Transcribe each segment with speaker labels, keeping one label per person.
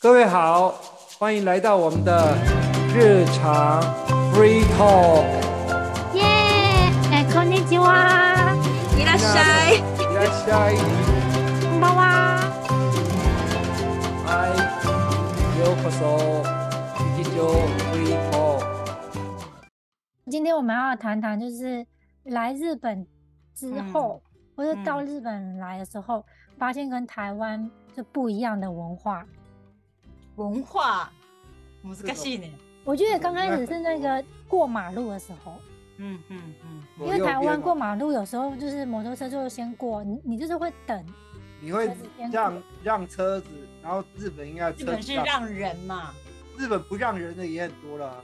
Speaker 1: 各位好，欢迎来到我们的日常 free talk。
Speaker 2: 耶，哎，こんにちは，
Speaker 3: 伊拉塞，
Speaker 1: いらっしゃい。
Speaker 2: こんばんは。
Speaker 1: 嗨，ようこそ。一九 free talk。
Speaker 2: 今天我们要谈谈，就是来日本之后，或者到
Speaker 3: 嗯
Speaker 2: 日本来的时候，发现跟台湾就不一样的文化。
Speaker 3: 文化難しいね。
Speaker 2: 我觉得刚开始是那个过马路的时候，
Speaker 3: 嗯嗯嗯，
Speaker 1: 我
Speaker 2: 因为
Speaker 1: 右
Speaker 2: 台
Speaker 1: 边
Speaker 2: 湾
Speaker 1: 哦
Speaker 2: 过马路有时候就是摩托车就先过，你你就是会等，
Speaker 1: 你会
Speaker 2: 车子先
Speaker 1: 让让车子，然后日本应该
Speaker 3: 日
Speaker 1: 车
Speaker 3: 本
Speaker 1: 子
Speaker 3: 是
Speaker 1: 让，
Speaker 3: 让人嘛，
Speaker 1: 日本不让人的也很多了啊，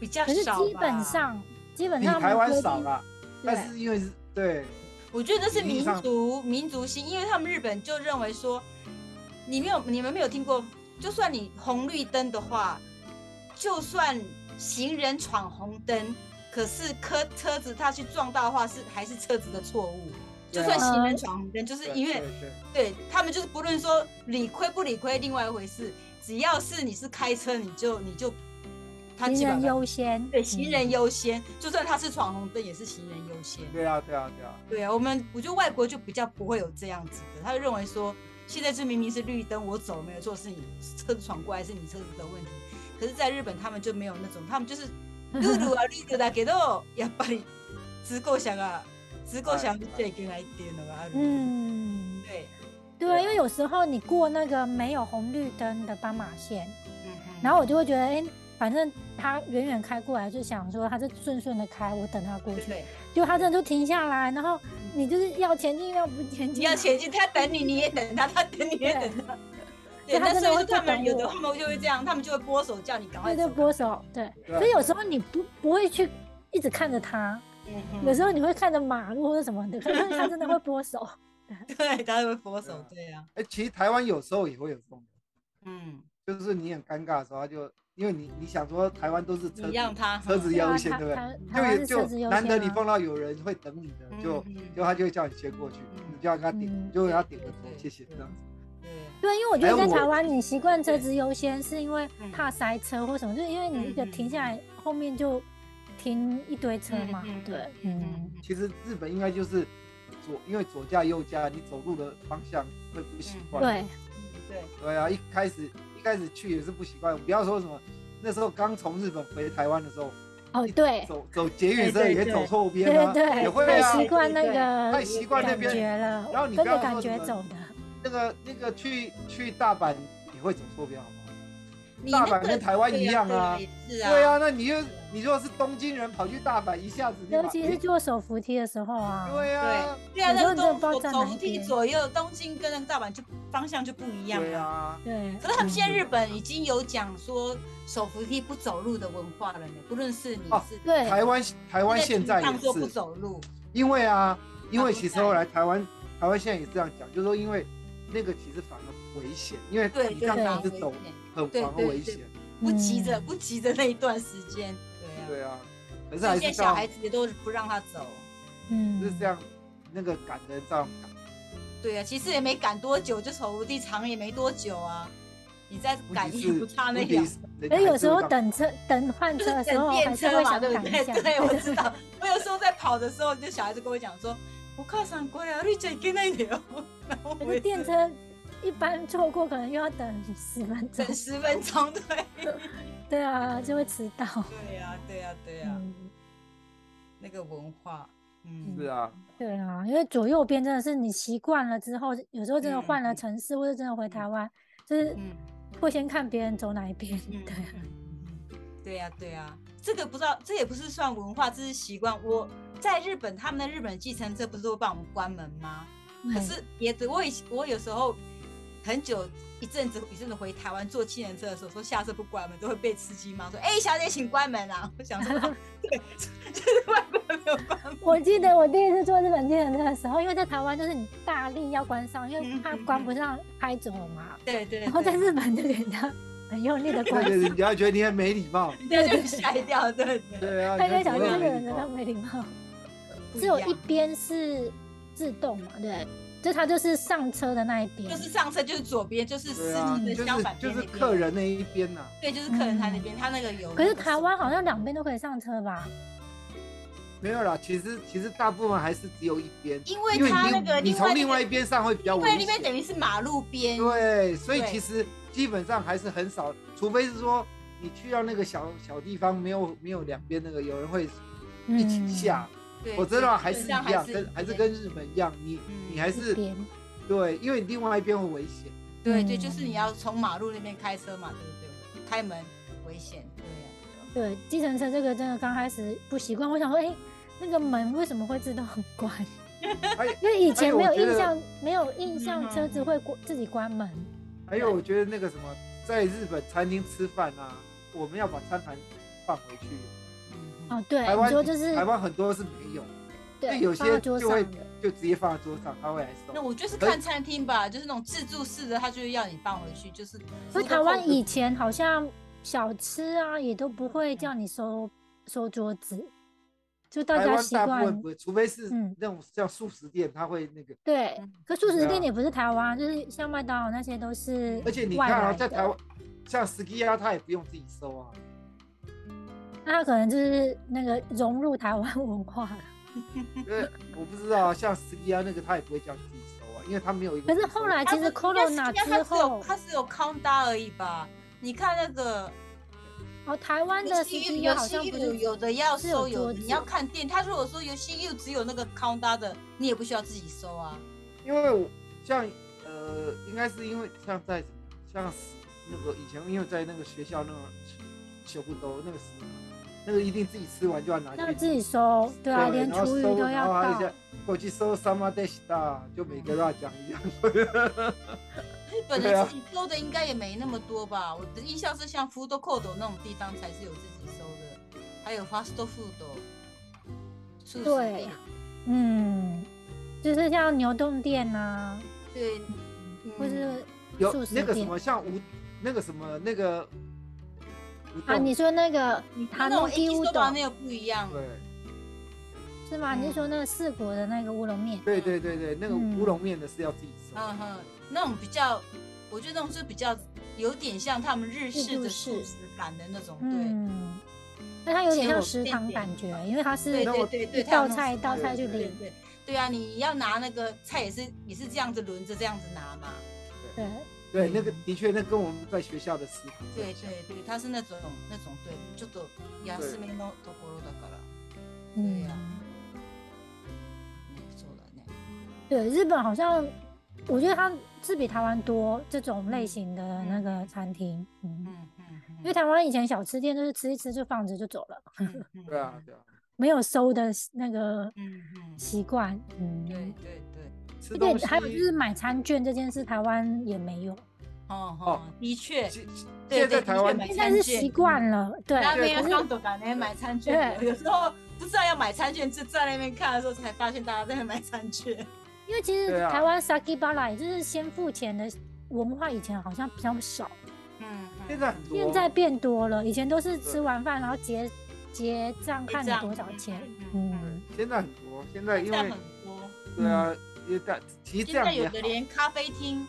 Speaker 3: 比较
Speaker 2: 可是
Speaker 3: 少吧。
Speaker 2: 基本，上基本
Speaker 1: 比
Speaker 2: 上
Speaker 1: 台
Speaker 2: 没
Speaker 1: 湾
Speaker 2: 规
Speaker 1: 少
Speaker 2: 定
Speaker 1: 了，
Speaker 2: 对
Speaker 1: 但是因为是对
Speaker 3: 我觉得是
Speaker 1: 比例
Speaker 3: 民
Speaker 1: 上
Speaker 3: 族民族性，因为他们日本就认为说，你没有你们没有听过，就算你红绿灯的话，就算行人闯红灯，可是车车子他去撞到的话是还是车子的错误。就
Speaker 1: 对啊
Speaker 3: 算行人闯红灯，就是
Speaker 1: 对
Speaker 3: 因为
Speaker 1: 对对
Speaker 3: 对他们就是不论说理亏不理亏，另外一回事。只要是你是开车，你就你就他基
Speaker 2: 行
Speaker 3: 本
Speaker 2: 人
Speaker 3: 上
Speaker 2: 优先，
Speaker 3: 对行人
Speaker 2: 嗯
Speaker 3: 优先，就算他是闯红灯，也是行人优先。
Speaker 1: 对啊对啊对啊，
Speaker 3: 对啊，我们我觉得外国就比较不会有这样子的，他就认为说现在这明明是绿灯，我走没有错，是你车子闯过来是你车子的问题。可是，在日本他们就没有那种，他 们就是绿路啊绿路だけどやっぱり只够想啊，只够 想对给来一点的吧。嗯，
Speaker 2: 嗯，
Speaker 3: 对，
Speaker 1: 对啊
Speaker 2: 对，因为有时候你过那个没有红绿灯的斑马线，
Speaker 3: 嗯哼，
Speaker 2: 然后我就会觉得，哎、反正他远远开过来，就想说他就顺顺的开，我等他过去，
Speaker 3: 对。
Speaker 2: 结果他真的就停下来，然后你就是要前进，要不前
Speaker 3: 你
Speaker 2: 进，啊
Speaker 3: 要前进，他等你，你也等他，他等你也 等他。
Speaker 2: 对
Speaker 3: 对，
Speaker 2: 他
Speaker 3: 那
Speaker 2: 真
Speaker 3: 所
Speaker 2: 的
Speaker 3: 以
Speaker 2: 会
Speaker 3: 说
Speaker 2: 不
Speaker 3: 他们
Speaker 2: 等
Speaker 3: 有的
Speaker 2: 我
Speaker 3: 他们就会这样，他们就会拨手叫你赶快
Speaker 2: 对
Speaker 3: 走。
Speaker 2: 对，拨手，对，
Speaker 1: 对啊
Speaker 2: 所以有时候你不不会去一直看着他，
Speaker 3: 嗯
Speaker 2: 有
Speaker 3: 哼，
Speaker 2: 时候你会看着马路或者什么的，可是他真的会 拨手，
Speaker 3: 对，他会拨
Speaker 1: 对
Speaker 3: 手
Speaker 1: 啊，
Speaker 3: 嗯对呀，
Speaker 1: 哎，其实台湾有时候也会有这种。
Speaker 3: 嗯，
Speaker 1: 就是你很尴尬的时候，他就因为你你想说台湾都是车
Speaker 3: 你让
Speaker 1: 子，
Speaker 3: 他嗯
Speaker 1: 车子
Speaker 2: 对啊
Speaker 1: 优先
Speaker 2: 台
Speaker 1: 对不对
Speaker 2: 台台湾
Speaker 1: 就是
Speaker 2: 车子
Speaker 1: 就
Speaker 2: 优
Speaker 1: 难得
Speaker 2: 先
Speaker 1: 你
Speaker 2: 啊
Speaker 1: 碰到有人会等你的，
Speaker 3: 嗯
Speaker 1: 就
Speaker 3: 嗯
Speaker 1: 就他就会叫你先过去，
Speaker 3: 嗯
Speaker 1: 你就要跟他顶，
Speaker 2: 嗯
Speaker 1: 就要顶个头
Speaker 3: 对，对
Speaker 1: 谢谢这
Speaker 3: 对
Speaker 1: 样子。
Speaker 3: 对，
Speaker 2: 对，因为我觉得
Speaker 1: 还
Speaker 2: 在
Speaker 1: 有
Speaker 2: 台
Speaker 1: 哎我
Speaker 2: 湾，你习惯车子优先，是因为
Speaker 3: 嗯
Speaker 2: 怕塞车或什么，就是因为你一个
Speaker 3: 嗯嗯
Speaker 2: 停下来，后面就停一堆车嘛。对，嗯，
Speaker 3: 嗯
Speaker 1: 其实日本应该就是左，因为左驾右驾，你走路的方向会不习惯。
Speaker 2: 嗯对，
Speaker 3: 对，
Speaker 1: 对啊，一开始一开始去也是不习惯，不要说什么那时候刚从日本回台湾的时候，
Speaker 2: 哦
Speaker 1: 一
Speaker 2: 对，
Speaker 1: 走走捷运的时候
Speaker 3: 对
Speaker 1: 也
Speaker 3: 对
Speaker 1: 走
Speaker 3: 对
Speaker 1: 错边
Speaker 2: 对
Speaker 1: 啊，
Speaker 2: 对
Speaker 1: 也会
Speaker 2: 太
Speaker 1: 啊
Speaker 2: 习。惯那
Speaker 3: 对对
Speaker 2: 个
Speaker 1: 太习惯那
Speaker 2: 感
Speaker 1: 边
Speaker 2: 觉了，
Speaker 1: 然后你
Speaker 2: 跟
Speaker 1: 不
Speaker 2: 着
Speaker 1: 要
Speaker 2: 感
Speaker 1: 说
Speaker 2: 觉
Speaker 1: 什么
Speaker 2: 走的。
Speaker 1: 那个那个去去大阪也会走错边，好不好？
Speaker 3: 你
Speaker 1: 大
Speaker 3: 那个
Speaker 1: 阪跟台湾一样啊
Speaker 3: 对也是啊，
Speaker 1: 对啊，，那你又你如果是东京人跑去大阪，一下子立马
Speaker 2: 尤其是坐手扶梯的时候啊，
Speaker 1: 对啊，
Speaker 3: 对啊，
Speaker 2: 有时候
Speaker 3: 那
Speaker 2: 你真的不
Speaker 3: 东
Speaker 2: 知道
Speaker 3: 走
Speaker 2: 站
Speaker 3: 走
Speaker 2: 哪
Speaker 3: 扶
Speaker 2: 一
Speaker 3: 梯
Speaker 2: 边
Speaker 3: 左右，东京跟那个大阪就方向就不一样
Speaker 1: 对
Speaker 3: 啊。
Speaker 1: 啊，
Speaker 2: 对，
Speaker 3: 可是他们现在
Speaker 1: 嗯
Speaker 3: 日本已经有讲说手扶梯不走路的文化了呢，不论是你
Speaker 1: 哦
Speaker 3: 是
Speaker 2: 对
Speaker 1: 台湾台湾现在
Speaker 3: 当
Speaker 1: 也
Speaker 3: 做不
Speaker 1: 是，
Speaker 3: 走路，
Speaker 1: 因为啊，因为
Speaker 3: 不
Speaker 1: 其实
Speaker 3: 在
Speaker 1: 后来台湾台湾现在也这样讲，就是说因为那个其实反而危险，因为
Speaker 3: 对
Speaker 1: 你这样
Speaker 2: 对
Speaker 3: 对对，
Speaker 1: 一
Speaker 3: 很
Speaker 1: 直
Speaker 3: 危
Speaker 1: 走
Speaker 3: 险
Speaker 1: 很
Speaker 3: 对
Speaker 1: 反而
Speaker 3: 对
Speaker 1: 危
Speaker 3: 对
Speaker 1: 险，
Speaker 3: 不急着
Speaker 2: 嗯
Speaker 3: 不急着那一段时间，对啊，
Speaker 1: 对啊，可是
Speaker 3: 所以
Speaker 1: 还
Speaker 3: 现在
Speaker 1: 是这
Speaker 3: 小
Speaker 1: 样
Speaker 3: 孩，子也都不让他走，
Speaker 1: 就是
Speaker 2: 嗯，
Speaker 1: 这样，那个赶的这样赶，
Speaker 3: 对啊，其实也没赶多久，就手无地长也没多久啊，你再
Speaker 1: 问
Speaker 3: 赶
Speaker 1: 题
Speaker 3: 也
Speaker 1: 是
Speaker 3: 不差那
Speaker 1: 问
Speaker 3: 两
Speaker 1: 题，是人家还
Speaker 2: 而
Speaker 1: 是
Speaker 2: 有时
Speaker 1: 会
Speaker 2: 候
Speaker 1: 让
Speaker 2: 等车等换
Speaker 3: 就
Speaker 2: 车的
Speaker 3: 是
Speaker 2: 时
Speaker 3: 等
Speaker 2: 候，还
Speaker 3: 电
Speaker 2: 是会
Speaker 3: 车嘛，
Speaker 2: 想
Speaker 3: 对不
Speaker 2: 挡一
Speaker 3: 对？
Speaker 2: 下。
Speaker 3: 对，我知道，我有时候在跑的时候，就小孩子跟我讲说，我靠，上过来，绿灯跟那里哦，然后
Speaker 2: 可
Speaker 3: 我
Speaker 2: 是
Speaker 3: 也
Speaker 2: 电
Speaker 3: 是
Speaker 2: 车一般错过，可能又要等十分钟
Speaker 3: 等。十分钟，对。
Speaker 2: 对啊，就会迟到。
Speaker 3: 对呀、对呀、对啊呀、
Speaker 2: 嗯，
Speaker 3: 那个文化，嗯，
Speaker 1: 是啊，
Speaker 2: 对啊，因为左右边真的是你习惯了之后，有时候真的
Speaker 3: 嗯
Speaker 2: 换了
Speaker 3: 嗯
Speaker 2: 城市，或者真的回台湾，就是
Speaker 3: 嗯
Speaker 2: 会先看别人走哪一边。
Speaker 3: 嗯，
Speaker 2: 对，啊
Speaker 3: 嗯对呀、对呀、这个不知道，这也不是算文化，这是习惯。我在日本，他们的日本计程车不是会帮我们关门吗？可
Speaker 2: 嗯
Speaker 3: 是别的，我以前我有时候很久一阵子一阵子回台湾坐计程车的时候，说下次不关门都会被司机骂说：“哎、小姐，请关门啊！” 我想 说，啊对，就是外国人没有关门。
Speaker 2: 我记得我第一次坐日本电车的时候，因为在台湾就是你大力要关上，因为
Speaker 3: 嗯
Speaker 2: 怕
Speaker 3: 嗯
Speaker 2: 关
Speaker 3: 嗯
Speaker 2: 不上拍走嘛。
Speaker 3: 对对，
Speaker 2: 然后在
Speaker 3: 对
Speaker 2: 日本就给他很用力的
Speaker 1: 那
Speaker 2: 关
Speaker 1: 个，人家觉得你很没礼貌，
Speaker 3: 人家就吓一跳，对对对，
Speaker 1: 对啊，
Speaker 2: 大家
Speaker 1: 人家
Speaker 2: 想
Speaker 1: 觉得
Speaker 2: 这个
Speaker 1: 没
Speaker 2: 人
Speaker 1: 礼
Speaker 2: 真
Speaker 1: 貌
Speaker 2: 的没礼貌。
Speaker 3: 不
Speaker 2: 只有
Speaker 3: 样
Speaker 2: 一边是自动嘛，对，就他就是上车的那一边，
Speaker 3: 就是上车就是左边，就是司
Speaker 1: 对啊，
Speaker 3: 机
Speaker 1: 就
Speaker 3: 的相
Speaker 1: 是
Speaker 3: 反
Speaker 1: 就
Speaker 3: 边
Speaker 1: 是
Speaker 3: 那
Speaker 1: 客
Speaker 3: 边。
Speaker 1: 人那一边呐、
Speaker 3: 对，就是客人他那边，他那个有。
Speaker 2: 嗯可是台湾好像两边都可以上车吧？
Speaker 1: 没有啦，其实其实大部分还是只有一边，
Speaker 3: 因为
Speaker 1: 因为
Speaker 3: 他
Speaker 1: 你
Speaker 3: 那个
Speaker 1: 你
Speaker 3: 另外
Speaker 1: 从另外一边上会比较
Speaker 3: 因
Speaker 1: 危
Speaker 3: 为
Speaker 1: 险。
Speaker 3: 那边等于是马路边，
Speaker 1: 对，所以其
Speaker 3: 对
Speaker 1: 实基本上还是很少，除非是说你去到那个小小地方，没有没有两边那个有人会一起下，
Speaker 3: 嗯对，
Speaker 1: 否则的话还是一样，
Speaker 3: 还是
Speaker 1: 跟还是跟日本一样，你
Speaker 3: 嗯
Speaker 1: 你还
Speaker 2: 一
Speaker 1: 是
Speaker 2: 边，
Speaker 1: 对，因为另外一边会危险。
Speaker 3: 对
Speaker 2: 嗯
Speaker 3: 对，就是你要从马路那边开车嘛，对不对？开门危险，对呀、
Speaker 2: 对，计程车这个真的刚开始不习惯，我想说，哎、那个门为什么会自动关？
Speaker 1: 还有
Speaker 2: 因为以前没有
Speaker 1: 而且我觉得
Speaker 2: 印象，没有印象
Speaker 3: 嗯
Speaker 2: 车子会关自己关门。
Speaker 1: 还有，我觉得那个什么，在日本餐厅吃饭啊，我们要把餐盘放回去。
Speaker 3: 啊。
Speaker 2: 哦，对，
Speaker 1: 台
Speaker 2: 你
Speaker 1: 湾
Speaker 2: 说就是
Speaker 1: 台湾很多是没有，
Speaker 2: 对，
Speaker 1: 有
Speaker 2: 放到
Speaker 1: 些
Speaker 2: 桌
Speaker 1: 就
Speaker 2: 上
Speaker 1: 会
Speaker 2: 的，
Speaker 1: 就直接放在桌上，他会来
Speaker 3: 嗯那
Speaker 1: 收。
Speaker 3: 我就是看餐厅吧，就是那种自助式的，他就是要你放回去，就是。
Speaker 2: 所以台湾以前好像小吃啊也都不会叫你收收桌子，就大
Speaker 1: 台
Speaker 2: 家
Speaker 1: 湾
Speaker 2: 习
Speaker 1: 大部
Speaker 2: 惯
Speaker 1: 分不会，除非是
Speaker 2: 嗯
Speaker 1: 那种像素食店，他会那个
Speaker 2: 对
Speaker 3: 嗯，
Speaker 2: 可素食
Speaker 1: 对啊
Speaker 2: 店也不是台湾，就是像麦当劳那些都是
Speaker 1: 而且你
Speaker 2: 外
Speaker 1: 看啊，
Speaker 2: 来
Speaker 1: 在
Speaker 2: 的
Speaker 1: 台湾，像 ski 啊，他也不用自己收啊。
Speaker 2: 那他可能就是那个融入台湾文化了。
Speaker 1: 因为我不知道啊，像 ski 啊那个他也不会叫你自己收啊，因为他没有一个
Speaker 2: 可
Speaker 1: 自己
Speaker 2: 是
Speaker 1: 收。
Speaker 2: 后来其实
Speaker 3: 他
Speaker 2: corona
Speaker 3: 不
Speaker 2: 之
Speaker 3: 应该他只有
Speaker 2: 后，
Speaker 3: 他只有康达而已吧？你看那个
Speaker 2: 哦，台湾的
Speaker 3: 游
Speaker 2: C
Speaker 3: 戏
Speaker 2: P
Speaker 3: 有
Speaker 2: U 好像
Speaker 3: 西
Speaker 2: 不
Speaker 3: 柚
Speaker 2: 是
Speaker 3: 有的要
Speaker 2: 是有
Speaker 3: 收，有
Speaker 2: 桌
Speaker 3: 的你
Speaker 2: 子
Speaker 3: 要看店。他如果说有西柚只有那个康达的，你也不需要自己收啊。
Speaker 1: 因为我像呃，应该是因为像在像死那个以前，因为在那个学校那种修不兜那个食堂，那个一定自己吃完就要拿
Speaker 2: 要
Speaker 1: 去
Speaker 2: 自己收，对啊，连
Speaker 1: 然后
Speaker 2: 厨余
Speaker 1: 收
Speaker 2: 都
Speaker 1: 然
Speaker 2: 要
Speaker 1: 后还有一
Speaker 2: 倒
Speaker 1: 些。过去收 summer dash 大，就每个都要讲一样。
Speaker 2: 嗯
Speaker 3: 日本
Speaker 1: 对
Speaker 3: 人
Speaker 1: 啊
Speaker 3: 自己收的应该也没那么多吧？我的印象是像 food court 那种地方才是有自己收的，还有 fast food，素食
Speaker 2: 对
Speaker 3: 店
Speaker 2: 嗯，就是像牛洞店呐、
Speaker 3: 对，嗯
Speaker 2: 或是
Speaker 1: 有
Speaker 2: 素食
Speaker 1: 那个什
Speaker 2: 店
Speaker 1: 么像无那个什么那个无
Speaker 2: 啊，
Speaker 1: 动
Speaker 2: 你说那个塔
Speaker 3: 它嗯那种
Speaker 2: 诺
Speaker 3: A
Speaker 2: 基乌
Speaker 3: G 收
Speaker 2: 董
Speaker 3: 那个不一样，
Speaker 2: 嗯
Speaker 1: 对
Speaker 2: 是吗？你是
Speaker 3: 嗯
Speaker 2: 说那个四国的那个乌龙面？
Speaker 1: 对对对对，那个
Speaker 2: 嗯
Speaker 1: 乌龙面的是要自己收。
Speaker 3: 嗯哼，那种比较，我觉得那种是比较有点像他们日式
Speaker 2: 度
Speaker 3: 的
Speaker 2: 式
Speaker 3: 素食感的那种，对。
Speaker 2: 嗯，那它有点
Speaker 3: 其实
Speaker 2: 像
Speaker 3: 我
Speaker 2: 食
Speaker 3: 变
Speaker 2: 堂
Speaker 3: 变
Speaker 2: 感觉，因为它是
Speaker 3: 对
Speaker 1: 那
Speaker 3: 对
Speaker 1: 我
Speaker 3: 对对，
Speaker 2: 一
Speaker 3: 他
Speaker 2: 道
Speaker 3: 们那种
Speaker 2: 菜一道
Speaker 1: 对
Speaker 2: 菜去
Speaker 1: 对
Speaker 3: 对
Speaker 2: 领。
Speaker 3: 对对啊，你要拿那个菜也是也是这样子轮着这样子拿嘛，
Speaker 2: 对，
Speaker 1: 对，那个的确，那跟我们在学校的食堂
Speaker 3: 对
Speaker 1: 很像
Speaker 3: 对对，它是那种那种对，ちょっと安めのところだから。
Speaker 2: 嗯
Speaker 3: 对啊，ねそうだね。
Speaker 2: 对，日本好像我觉得它是比台湾多这种类型的那
Speaker 3: 嗯
Speaker 2: 个餐厅，嗯，
Speaker 3: 嗯嗯嗯，
Speaker 2: 因为台湾以前小吃店就是吃一吃就放着就走了，
Speaker 3: 嗯嗯
Speaker 1: 对啊，对啊，
Speaker 2: 没有收的那个
Speaker 3: 嗯嗯，
Speaker 2: 习惯，嗯，
Speaker 3: 对。对对，
Speaker 1: 吃
Speaker 2: 对
Speaker 1: 东，西
Speaker 2: 还有就是买餐券这件事，台湾也没有，
Speaker 3: 哦哦，的确，
Speaker 1: 现
Speaker 3: 对
Speaker 1: 现在
Speaker 3: 对
Speaker 1: 台
Speaker 3: 的确
Speaker 1: 湾
Speaker 3: 买嗯
Speaker 2: 应该是习惯了，对，
Speaker 3: 那边要
Speaker 1: 可是
Speaker 3: 上手感呢，买餐券的，有时候不知道要买餐券，就在那边看的时候才发现大家在那买餐券。
Speaker 2: 因为其实
Speaker 1: 对啊
Speaker 2: 台湾 saki bara 也就是先付钱的文化，以前好像比较少，
Speaker 3: 嗯，
Speaker 1: 现在很多，
Speaker 2: 现在变多了。以前都是吃
Speaker 1: 对
Speaker 2: 完饭然后结结账看你
Speaker 3: 账
Speaker 2: 多少钱
Speaker 3: 嗯，嗯
Speaker 2: 嗯，
Speaker 1: 现在很多，现在因
Speaker 3: 现在
Speaker 1: 为
Speaker 3: 很多，
Speaker 1: 对啊，因为大其实这
Speaker 3: 现在
Speaker 1: 样也
Speaker 3: 有
Speaker 1: 好
Speaker 3: 的，连咖啡厅，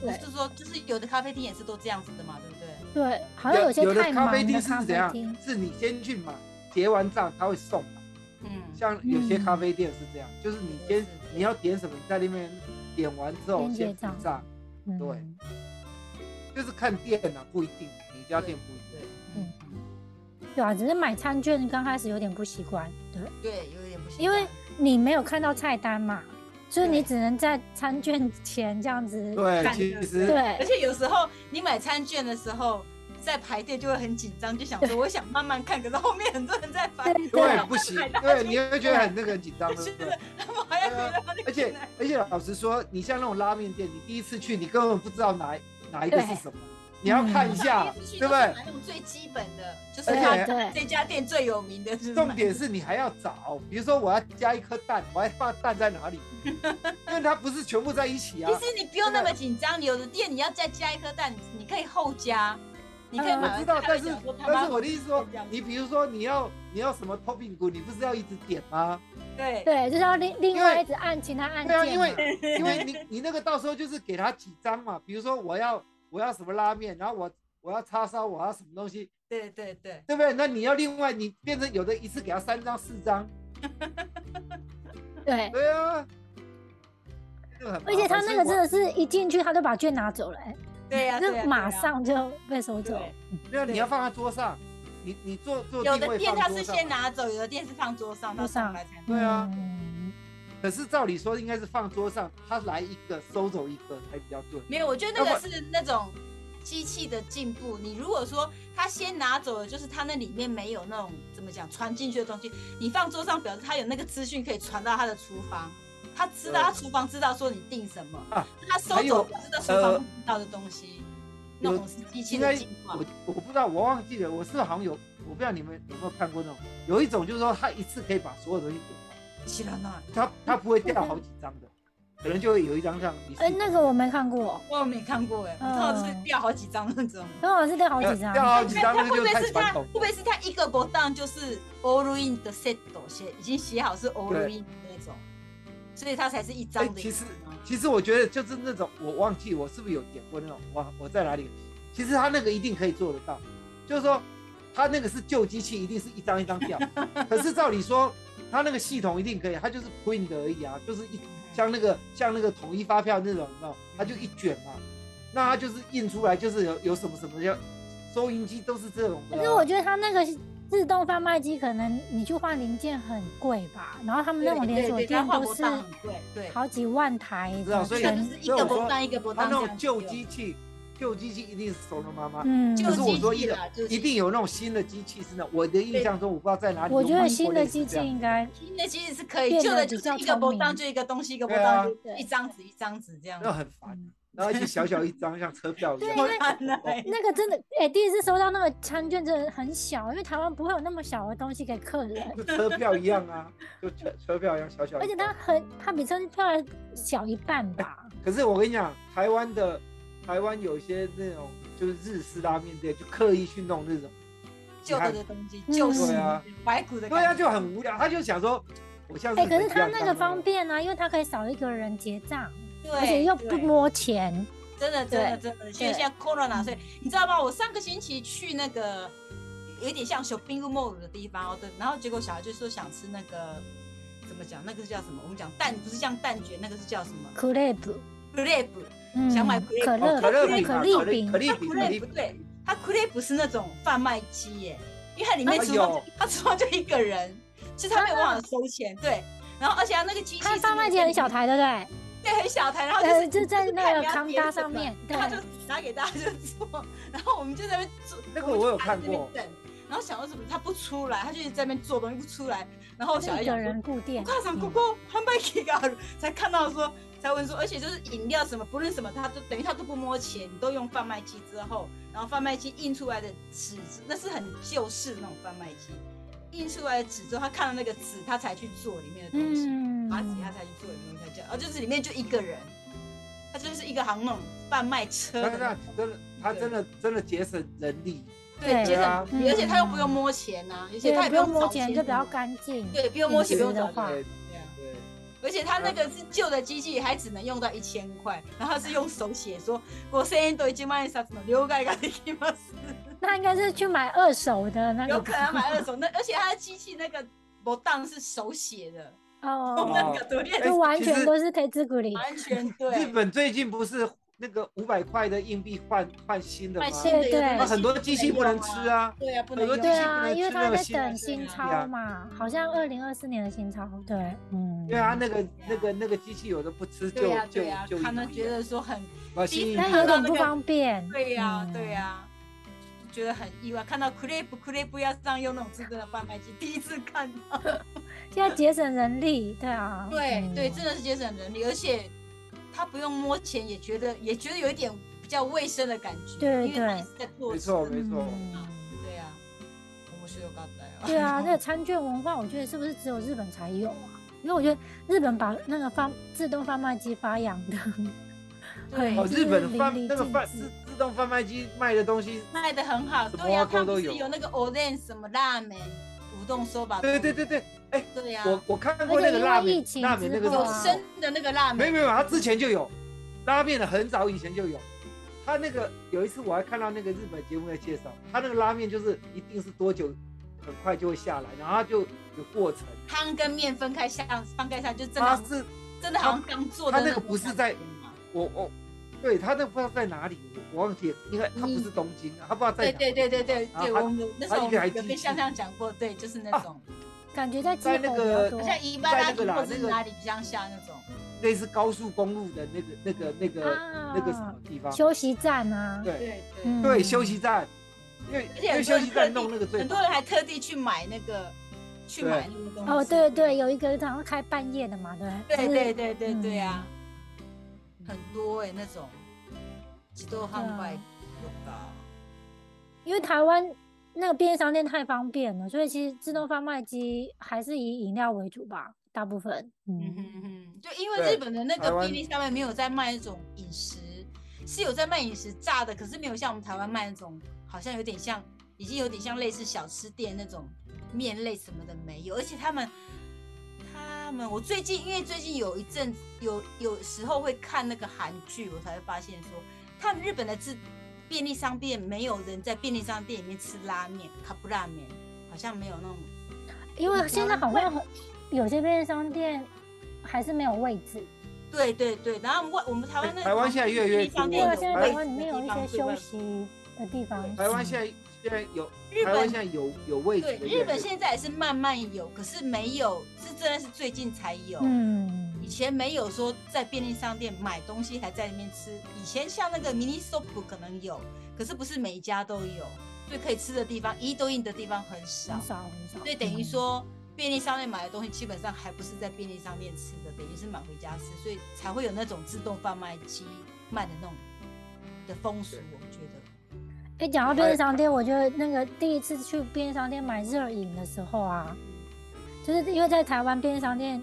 Speaker 2: 对
Speaker 3: 就是说，就是有的咖啡厅也是都这样子的嘛，对不对？
Speaker 2: 对，好像
Speaker 1: 有
Speaker 2: 有些
Speaker 1: 有的
Speaker 2: 太
Speaker 1: 咖
Speaker 2: 忙
Speaker 1: 啡
Speaker 2: 的
Speaker 1: 厅是
Speaker 2: 咖
Speaker 1: 怎
Speaker 2: 啡
Speaker 1: 样
Speaker 2: 厅，？
Speaker 1: 是你先去买，结完账他会送嘛。
Speaker 3: 嗯，
Speaker 1: 像有些
Speaker 2: 嗯
Speaker 1: 咖啡店是这样，就是你先
Speaker 3: 是是
Speaker 1: 你要点什么，你在那边点完之后
Speaker 2: 先结
Speaker 1: 先付
Speaker 2: 账
Speaker 1: 账，
Speaker 2: 嗯
Speaker 1: 对就是看店啊，不一定每家店不一
Speaker 3: 对
Speaker 1: 定。，
Speaker 3: 嗯，
Speaker 2: 对啊，只是买餐券刚开始有点不习惯，对，
Speaker 3: 对，有点不习惯，
Speaker 2: 因为你没有看到菜单嘛，所以你
Speaker 3: 对
Speaker 2: 只能在餐券前这样子，
Speaker 1: 对，
Speaker 3: 感
Speaker 1: 其
Speaker 3: 觉
Speaker 1: 实
Speaker 3: 而
Speaker 2: 对
Speaker 3: 且有时候你买餐券的时候，在排队就会很紧张，就想说我想慢慢看，可是后面很多人在排，
Speaker 2: 对
Speaker 1: 对不行
Speaker 3: 买，到
Speaker 1: 对你会觉得很那个很紧张，对不对？
Speaker 3: 他们还要
Speaker 1: 对啊
Speaker 3: 排到那
Speaker 1: 而且
Speaker 3: 个。
Speaker 1: 而且老实说，你像那种拉面店，你第一次去，你根本不知道哪一哪一个是什么，你要看一下，
Speaker 3: 必须
Speaker 1: 对
Speaker 3: 都
Speaker 1: 不
Speaker 3: 是
Speaker 1: 对
Speaker 3: 买？那种最基本的，就是
Speaker 1: 而且
Speaker 3: 它
Speaker 2: 对
Speaker 3: 这家店最有名的，就是买
Speaker 1: 重点是你还要找，比如说我要加一颗蛋，我还放蛋在哪里？因为它不是全部在一起啊
Speaker 3: 其。实你不用那么紧张，有的店你要再加一颗蛋，你可以后加，你可以
Speaker 2: 呃
Speaker 3: 买
Speaker 1: 我
Speaker 3: 完
Speaker 1: 知
Speaker 3: 菜
Speaker 1: 道，
Speaker 3: 会
Speaker 1: 但是
Speaker 3: 讲说他
Speaker 1: 但
Speaker 3: 妈
Speaker 1: 是我的意思说
Speaker 3: 这样，
Speaker 1: 你比如说你要你要什么 topping 骨，你不是要一直点吗？
Speaker 3: 对
Speaker 2: 对，就是要另另
Speaker 1: 因
Speaker 2: 外
Speaker 1: 为
Speaker 2: 一直按其他按
Speaker 1: 对
Speaker 2: 键
Speaker 1: 啊，
Speaker 2: 嘛。
Speaker 1: 因为因为你你那个到时候就是给他几张嘛，比如说我要我要什么拉面，然后我我要叉烧，我要什么东西，
Speaker 3: 对对对，
Speaker 1: 对不对？那你要另外你变成有的一次给他三张四张，
Speaker 2: 对，
Speaker 1: 对啊，这个很麻烦
Speaker 2: 而且他那个真的
Speaker 1: 所以
Speaker 2: 是一进去他就把券拿走了、欸，
Speaker 3: 对呀、对啊
Speaker 2: 就
Speaker 3: 呀、
Speaker 2: 马
Speaker 3: 对呀
Speaker 2: 上就被收走。
Speaker 3: 对
Speaker 1: 我没有你要放在桌上，你你做做
Speaker 3: 有
Speaker 1: 定
Speaker 3: 的
Speaker 1: 位
Speaker 3: 店
Speaker 1: 放
Speaker 3: 他
Speaker 1: 桌
Speaker 3: 是
Speaker 1: 上
Speaker 3: 先
Speaker 1: 嘛，
Speaker 3: 拿走，有的店是放桌上，他
Speaker 2: 桌上
Speaker 3: 上来才拿。
Speaker 1: 对啊
Speaker 2: 嗯
Speaker 1: 可是照理说应该是放桌上，他来一个收走一个才比较对。
Speaker 3: 没有，我觉得那个是那种机器的进步。你如果说他先拿走了，就是他那里面没有那种怎么讲传进去的东西，你放桌上表示他有那个资讯可以传到他的厨房，他知道
Speaker 1: 对
Speaker 3: 他厨房知道说你订什么，
Speaker 1: 呃啊
Speaker 3: 他收
Speaker 1: 还有
Speaker 3: 走表示他厨房
Speaker 1: 呃
Speaker 3: 不知道的东西，
Speaker 1: 有
Speaker 3: 那种是机器
Speaker 1: 应
Speaker 3: 的
Speaker 1: 该
Speaker 3: 进化
Speaker 1: 我。我不知道，我忘记了，我是不是好像有，我不知道你们有没有看过那种，有一种就是说他一次可以把所有东西点完，
Speaker 3: 起来了，
Speaker 1: 他他不会掉好几张的，可能就会有一张让你
Speaker 2: 哎、那个我没看过，
Speaker 3: 我没看过哎，
Speaker 2: 嗯
Speaker 3: 我通常是掉好几张那种。
Speaker 2: 然后我是掉好
Speaker 1: 好
Speaker 2: 几张，
Speaker 1: 掉好几张
Speaker 3: 他
Speaker 1: 那个
Speaker 3: 会不
Speaker 1: 就
Speaker 3: 会
Speaker 1: 太
Speaker 3: 是他
Speaker 1: 传
Speaker 3: 会
Speaker 1: 统。
Speaker 3: 不会是他一个波当就是 all in 的 set 哦写已经写好是 all
Speaker 1: 对
Speaker 3: in 的那种，所以他才是一
Speaker 1: 哎
Speaker 3: 张，的
Speaker 1: 其
Speaker 3: 意
Speaker 1: 实
Speaker 3: 思吗。
Speaker 1: 其实我觉得就是那种我忘记我是不是有点过那种，哇，我在哪里？其实他那个一定可以做得到，就是说他那个是旧机器，一定是一张一张 掉，可是照理说他那个系统一定可以，他就是 print 的而已啊，就是一像那个像那个统一发票那种，你知道，它就一卷嘛，那它就是印出来就是有有什么什么叫收银机都是这种的啊
Speaker 2: 可是我觉得他那个自动贩卖机，可能你去换零件很贵吧，然后他们那种连锁
Speaker 3: 对对对
Speaker 2: 店
Speaker 3: 它换
Speaker 2: 都
Speaker 3: 不
Speaker 2: 是
Speaker 3: 到很贵对
Speaker 2: 好几万台
Speaker 1: 知道
Speaker 2: 的
Speaker 1: 所以
Speaker 3: 这个就
Speaker 2: 全
Speaker 3: 是一
Speaker 1: 所以
Speaker 3: 个
Speaker 1: 我
Speaker 3: 波
Speaker 1: 说
Speaker 3: 当一个波
Speaker 1: 它
Speaker 3: 当
Speaker 1: 那
Speaker 3: 这
Speaker 1: 种
Speaker 3: 样子
Speaker 1: 旧
Speaker 3: 丢
Speaker 1: 机器，旧机器一定是熟了妈妈。
Speaker 2: 嗯，
Speaker 3: 旧
Speaker 1: 可是我说
Speaker 3: 机
Speaker 1: 一
Speaker 3: 器
Speaker 1: 个
Speaker 3: 啦就是
Speaker 1: 一定有那种新的机器是那，我的印象中我不知道在哪里有
Speaker 2: 我
Speaker 1: 卖过类似这
Speaker 2: 觉
Speaker 1: 样。
Speaker 2: 得新的机器应该
Speaker 3: 新的其实是可以，
Speaker 2: 变
Speaker 3: 旧
Speaker 2: 得
Speaker 3: 的就
Speaker 2: 比
Speaker 3: 是
Speaker 2: 较
Speaker 3: 一个波
Speaker 2: 聪
Speaker 3: 当
Speaker 2: 明
Speaker 3: 就一个东西，一个波
Speaker 1: 对
Speaker 3: 当
Speaker 1: 啊
Speaker 3: 就
Speaker 2: 对
Speaker 3: 一张纸一张纸这样子
Speaker 1: 那。很烦，啊
Speaker 2: 嗯
Speaker 1: 然后就小小一张，像车票一样。
Speaker 2: 对
Speaker 3: 烦了欸
Speaker 2: 那个真的，哎、第一次收到那个餐券真的很小，因为台湾不会有那么小的东西给客人，
Speaker 1: 就车票一样啊，就车车票一样小小一张。
Speaker 2: 而且它很，它比车票还小一半吧。
Speaker 1: 可是我跟你讲，台湾的台湾有一些那种就是日式拉面店，就刻意去弄那种
Speaker 3: 旧的的东西，旧
Speaker 2: 嗯
Speaker 3: 式
Speaker 1: 对啊
Speaker 3: 怀古的
Speaker 1: 对啊，
Speaker 3: 感觉。
Speaker 1: 就很无聊。他就想说，我像
Speaker 2: 哎、
Speaker 1: 日
Speaker 2: 可
Speaker 1: 本
Speaker 2: 是
Speaker 1: 一
Speaker 2: 它
Speaker 1: 样
Speaker 2: 那个方，便啊，因为它可以少一个人结账，
Speaker 3: 对，
Speaker 2: 而且又不
Speaker 3: 对
Speaker 2: 摸钱。
Speaker 3: 真的，真的，真的，因为现在 corona，
Speaker 2: 嗯
Speaker 3: 所以你知道吗？我上个星期去那个有点像 shopping mall 的地方哦，对，然后结果小孩就说想吃那个怎么讲？那个是叫什么？我们讲蛋不是像蛋卷，那个是叫什么
Speaker 2: crepe，
Speaker 3: ？crepe，
Speaker 2: 嗯，
Speaker 3: 想买 crepe
Speaker 2: 可
Speaker 1: 哦
Speaker 2: 乐、
Speaker 1: 可乐
Speaker 2: 对
Speaker 1: 饼
Speaker 2: 可
Speaker 1: 嘛，
Speaker 2: 丽
Speaker 1: 可丽
Speaker 2: 饼
Speaker 1: 可，丽饼，可丽
Speaker 3: crepe
Speaker 1: 饼。
Speaker 3: 对，它 crepe 是那种贩卖机耶，因为它里
Speaker 2: 啊
Speaker 3: 面
Speaker 1: 哎
Speaker 3: 厨房
Speaker 1: 呦
Speaker 3: 它厨房就一个人，其实它没有办法收钱，对。然后而且它那个机器
Speaker 2: 它
Speaker 3: 是
Speaker 2: 贩卖机很小，台，对不对？
Speaker 3: 对，很小台，然后就是
Speaker 2: 呃，就在那
Speaker 3: 看
Speaker 2: 个
Speaker 3: 你要
Speaker 2: 康
Speaker 3: 点
Speaker 2: 搭
Speaker 3: 什
Speaker 2: 上
Speaker 3: 么
Speaker 2: 面，对，
Speaker 3: 他就拿给大家就做，然后我们就在那边做，
Speaker 1: 那个
Speaker 3: 们就
Speaker 1: 我有
Speaker 3: 排在
Speaker 1: 看
Speaker 3: 那边
Speaker 1: 过
Speaker 3: 等，然后想到什么他不出来，他就一直在那边做东西不出来，然后小
Speaker 2: 就
Speaker 3: 孩
Speaker 2: 一个
Speaker 3: 想说
Speaker 2: 人，固
Speaker 3: 我
Speaker 2: 定。
Speaker 3: 看上
Speaker 2: 嗯
Speaker 3: 哥哥他卖给个，才看到说才问说，而且就是饮料什么不论什么，他都等于他都不摸钱，你都用贩卖机之后，然后贩卖机印出来的纸，那是很旧式的那种贩卖机，印出来的纸之后，他看到那个纸，他才去做里面的东西。把纸压
Speaker 2: 嗯，
Speaker 3: 下去做一弄才这样，啊，就是里面就一个人，他就是一个行那种贩卖车
Speaker 1: 那
Speaker 3: 的
Speaker 1: 那
Speaker 3: 那种，
Speaker 1: 真的，他真的真的节省人力，
Speaker 3: 对，
Speaker 2: 对
Speaker 3: 节省
Speaker 1: 啊，
Speaker 2: 嗯
Speaker 3: 而且他又不用摸钱呐，而且
Speaker 2: 对
Speaker 3: 他也，
Speaker 2: 不用
Speaker 3: 找
Speaker 2: 摸钱就比较
Speaker 3: 什么，
Speaker 2: 干净。
Speaker 3: 对，不用摸钱，
Speaker 2: 饮
Speaker 3: 不
Speaker 2: 食
Speaker 3: 用
Speaker 2: 的
Speaker 3: 找
Speaker 2: 话
Speaker 3: 钱，
Speaker 1: 对
Speaker 3: 对啊
Speaker 1: 对，
Speaker 3: 而且他那个是旧的机器，还只能用到一千块，然后他是用手写说，我声音都已经卖啥什么了解ができます，
Speaker 2: 那应该是去买二手的那个，
Speaker 3: 有可能买二手，那而且他的机器那个不当是手写的，
Speaker 2: 哦，
Speaker 3: 那个多
Speaker 1: 哎
Speaker 3: 练
Speaker 2: 就完
Speaker 1: 其
Speaker 2: 全
Speaker 1: 实
Speaker 2: 都是 K 字骨里。
Speaker 3: 完全
Speaker 1: 日
Speaker 3: 对，
Speaker 1: 本最近不是那个五百块的硬币换换新的吗
Speaker 3: 换？新的有的
Speaker 2: 对
Speaker 1: 那
Speaker 3: 那
Speaker 1: 很多机器不能吃，啊，
Speaker 3: 对啊，不能
Speaker 1: 很多
Speaker 3: 用
Speaker 1: 机
Speaker 2: 对
Speaker 1: 器
Speaker 3: 啊。
Speaker 1: 不
Speaker 2: 啊，
Speaker 1: 能
Speaker 2: 因为
Speaker 1: 吃
Speaker 2: 他
Speaker 1: 那个
Speaker 2: 在
Speaker 1: 新的
Speaker 2: 等
Speaker 1: 东
Speaker 2: 新
Speaker 1: 西
Speaker 2: 钞
Speaker 1: 啊。
Speaker 2: 嘛，好像二零二四年的新钞，对，嗯，
Speaker 1: 对啊，那个那个那个机器有的不吃就
Speaker 3: 对呀、
Speaker 1: 就
Speaker 3: 对呀、
Speaker 1: 就
Speaker 3: 他们
Speaker 1: 一
Speaker 3: 觉得说很
Speaker 1: 把新
Speaker 3: 第一
Speaker 1: 一
Speaker 2: 但
Speaker 3: 看
Speaker 2: 有
Speaker 3: 到
Speaker 2: 点
Speaker 3: 那
Speaker 2: 不
Speaker 3: 个
Speaker 2: 方便。
Speaker 3: 对呀、
Speaker 2: 嗯
Speaker 3: 对呀、就觉得很意外。看到 crepe crepe 要上用那种真正的贩卖机，第一次看到。
Speaker 2: 现在节省人力，对啊，
Speaker 3: 对
Speaker 2: 嗯
Speaker 3: 对，真的是节省人力，而且他不用摸钱，也觉得也觉得有一点比较卫生的感觉，
Speaker 2: 对
Speaker 3: 因为他
Speaker 2: 对
Speaker 3: 也是在做
Speaker 1: 没
Speaker 3: 事
Speaker 1: 错
Speaker 3: 的
Speaker 1: 没错
Speaker 2: 嗯
Speaker 3: 对呀、面白かったよ
Speaker 2: 对啊，那个餐券文化，我觉得是不是只有日本才有啊？因为我觉得日本把那个贩自动贩卖机发扬的
Speaker 3: 对
Speaker 1: 哦，
Speaker 2: 就
Speaker 1: 日本的
Speaker 2: 是
Speaker 1: 贩
Speaker 2: 淋漓
Speaker 1: 那个
Speaker 2: 尽
Speaker 1: 贩
Speaker 2: 致
Speaker 1: 自自动贩卖机卖的东西，
Speaker 3: 卖的很好，
Speaker 1: 什么
Speaker 3: 对呀、
Speaker 1: 挖
Speaker 3: 他们
Speaker 1: 沟都
Speaker 3: 不是
Speaker 1: 有
Speaker 3: 有那个 orange 什么拉面、五冻说吧，
Speaker 1: 对对对对，哎，
Speaker 3: 对啊呀、
Speaker 1: 我我看过
Speaker 2: 而且
Speaker 1: 那个
Speaker 2: 因为
Speaker 1: 拉
Speaker 2: 疫
Speaker 1: 面，
Speaker 2: 情
Speaker 1: 拉面
Speaker 2: 之
Speaker 1: 那个
Speaker 2: 后
Speaker 1: 是
Speaker 3: 有
Speaker 2: 啊
Speaker 3: 生的那个拉
Speaker 1: 没有
Speaker 3: 面，
Speaker 1: 没有，他之前就有拉面的，很早以前就有。他那个有一次我还看到那个日本节目在介绍，他那个拉面就是一定是多久，很快就会下来，然后它就有过程。
Speaker 3: 汤跟面分开下，分开下就真
Speaker 1: 他
Speaker 3: 的
Speaker 1: 是
Speaker 3: 真的好像刚做的
Speaker 1: 他那
Speaker 3: 那
Speaker 1: 个
Speaker 3: 种
Speaker 1: 不是
Speaker 3: 感
Speaker 1: 在
Speaker 3: 觉嘛
Speaker 1: 我我，对他那不知道在哪里，我忘记了，应该他不是东京，他不知道在
Speaker 3: 对
Speaker 1: 哪。
Speaker 3: 嗯对对对对
Speaker 1: 然后
Speaker 3: 对，
Speaker 1: 他
Speaker 3: 我们那时候
Speaker 1: 他
Speaker 3: 我
Speaker 1: 一个还
Speaker 3: 们有
Speaker 1: 进去
Speaker 3: 跟向向讲过，对，就是那
Speaker 1: 啊
Speaker 3: 种
Speaker 2: 感觉在基
Speaker 1: 在
Speaker 2: 本
Speaker 1: 那
Speaker 2: 比
Speaker 1: 个
Speaker 2: 较多
Speaker 3: 好。像伊巴
Speaker 1: 在
Speaker 3: 拉
Speaker 1: 那个
Speaker 3: 提
Speaker 1: 啦
Speaker 3: 或者
Speaker 1: 那
Speaker 3: 是
Speaker 1: 个
Speaker 3: 哪里比较像那种，
Speaker 1: 类似高速公路的那个那个那个、
Speaker 2: 啊
Speaker 1: 那个什么地方？
Speaker 2: 休息站啊，
Speaker 1: 对
Speaker 3: 对
Speaker 2: 嗯
Speaker 3: 对。
Speaker 1: 对，休息站，因为
Speaker 3: 而且
Speaker 1: 因为
Speaker 3: 很
Speaker 1: 休
Speaker 3: 多
Speaker 1: 息
Speaker 3: 人
Speaker 1: 站
Speaker 3: 特
Speaker 1: 弄那个
Speaker 3: 地，
Speaker 1: 最
Speaker 3: 很多人还特地去买那个，去买那个东西。
Speaker 2: 哦，对对，有一个好像开半夜的嘛，对不
Speaker 3: 对
Speaker 2: 就是
Speaker 3: 对对对对
Speaker 2: 嗯
Speaker 3: 啊，很多哎那种，几多
Speaker 2: 啊
Speaker 3: 汉块有吧？
Speaker 2: 因为台湾那个便利商店太方便了，所以其实自动贩卖机还是以饮料为主吧，大部分。
Speaker 3: 嗯
Speaker 2: 嗯，
Speaker 3: 哼哼，就因为
Speaker 1: 对
Speaker 3: 日本的那
Speaker 1: 台
Speaker 3: 个
Speaker 1: 湾
Speaker 3: 便利上面没有在卖那种饮食，是有在卖饮食炸的，可是没有像我们台湾卖那种，好像有点像，已经有点像类似小吃店那种面类什么的没有，而且他们。他们，我最近因为最近有一阵有有时候会看那个韩剧，我才会发现说，他们日本的自便利商店没有人在便利商店里面吃拉面、卡布拉面，好像没有那种
Speaker 2: 因为现在好
Speaker 3: 难
Speaker 2: 像很有些便利商店还是没有位置，
Speaker 3: 对对对，然后外我们台湾那
Speaker 1: 台湾现在越来越多
Speaker 3: 商
Speaker 2: 因
Speaker 3: 店
Speaker 2: 为
Speaker 1: 了
Speaker 2: 现在
Speaker 1: 还
Speaker 2: 台湾里面有一些休息的地方。
Speaker 1: 台湾现
Speaker 2: 在
Speaker 1: 在现在有
Speaker 3: 日
Speaker 1: 台湾现
Speaker 3: 本
Speaker 1: 在有有位置
Speaker 3: 对
Speaker 1: 的越来
Speaker 3: 日
Speaker 1: 越
Speaker 3: 本
Speaker 1: 多
Speaker 3: 现在也是慢慢有，可是没有是真的是最近才有，
Speaker 2: 嗯，
Speaker 3: 以前没有说在便利商店买东西还在里面吃，以前像那个 mini s o p 可能有，可是不是每一家都有，所以可以吃的地方一对应的地方很少
Speaker 2: 很，少很少。
Speaker 3: 所以等于
Speaker 2: 嗯
Speaker 3: 说。便利商店买的东西基本上还不是在便利商店吃的，等于是买回家吃，所以才会有那种自动贩卖机卖的那种的风俗，我觉得。
Speaker 2: 哎，讲到便利商店，我觉得那个第一次去便利商店买热饮的时候啊，就是因为在台湾便利商店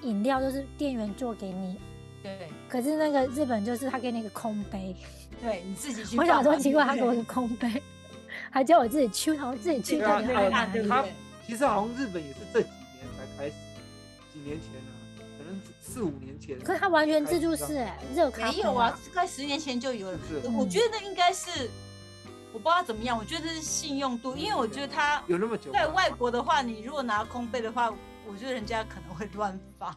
Speaker 2: 饮料都是店员做给你，
Speaker 3: 对
Speaker 2: 可是那个日本就是他给你一个空杯，
Speaker 3: 对，你自己去
Speaker 2: 我
Speaker 3: 放
Speaker 2: 想
Speaker 3: 嘛
Speaker 2: 说奇怪，他
Speaker 3: 对
Speaker 2: 给我
Speaker 3: 不
Speaker 2: 一
Speaker 3: 对
Speaker 2: 个空杯，还叫我自己去，然后自己去
Speaker 3: 对
Speaker 1: 啊
Speaker 2: 到
Speaker 3: 啊
Speaker 2: 底
Speaker 1: 对
Speaker 2: 要
Speaker 1: 啊
Speaker 2: 在
Speaker 3: 对
Speaker 2: 哪
Speaker 3: 啊，
Speaker 2: 里
Speaker 3: 对不
Speaker 1: 他
Speaker 3: 对？
Speaker 1: 其实好像日本也是这几年才开始，几年前啊，可能四五年前。
Speaker 2: 可是它完全自助式哎、热咖
Speaker 3: 没
Speaker 2: 啡
Speaker 3: 有啊，，快十年前就有了。
Speaker 1: 是嗯不是
Speaker 3: 我觉得那应该是，我不知道怎么样，我觉得是信用度，因为我觉得他
Speaker 1: 有那么久吗？
Speaker 3: 在外国的话，你如果拿空杯的话，我觉得人家可能会乱放。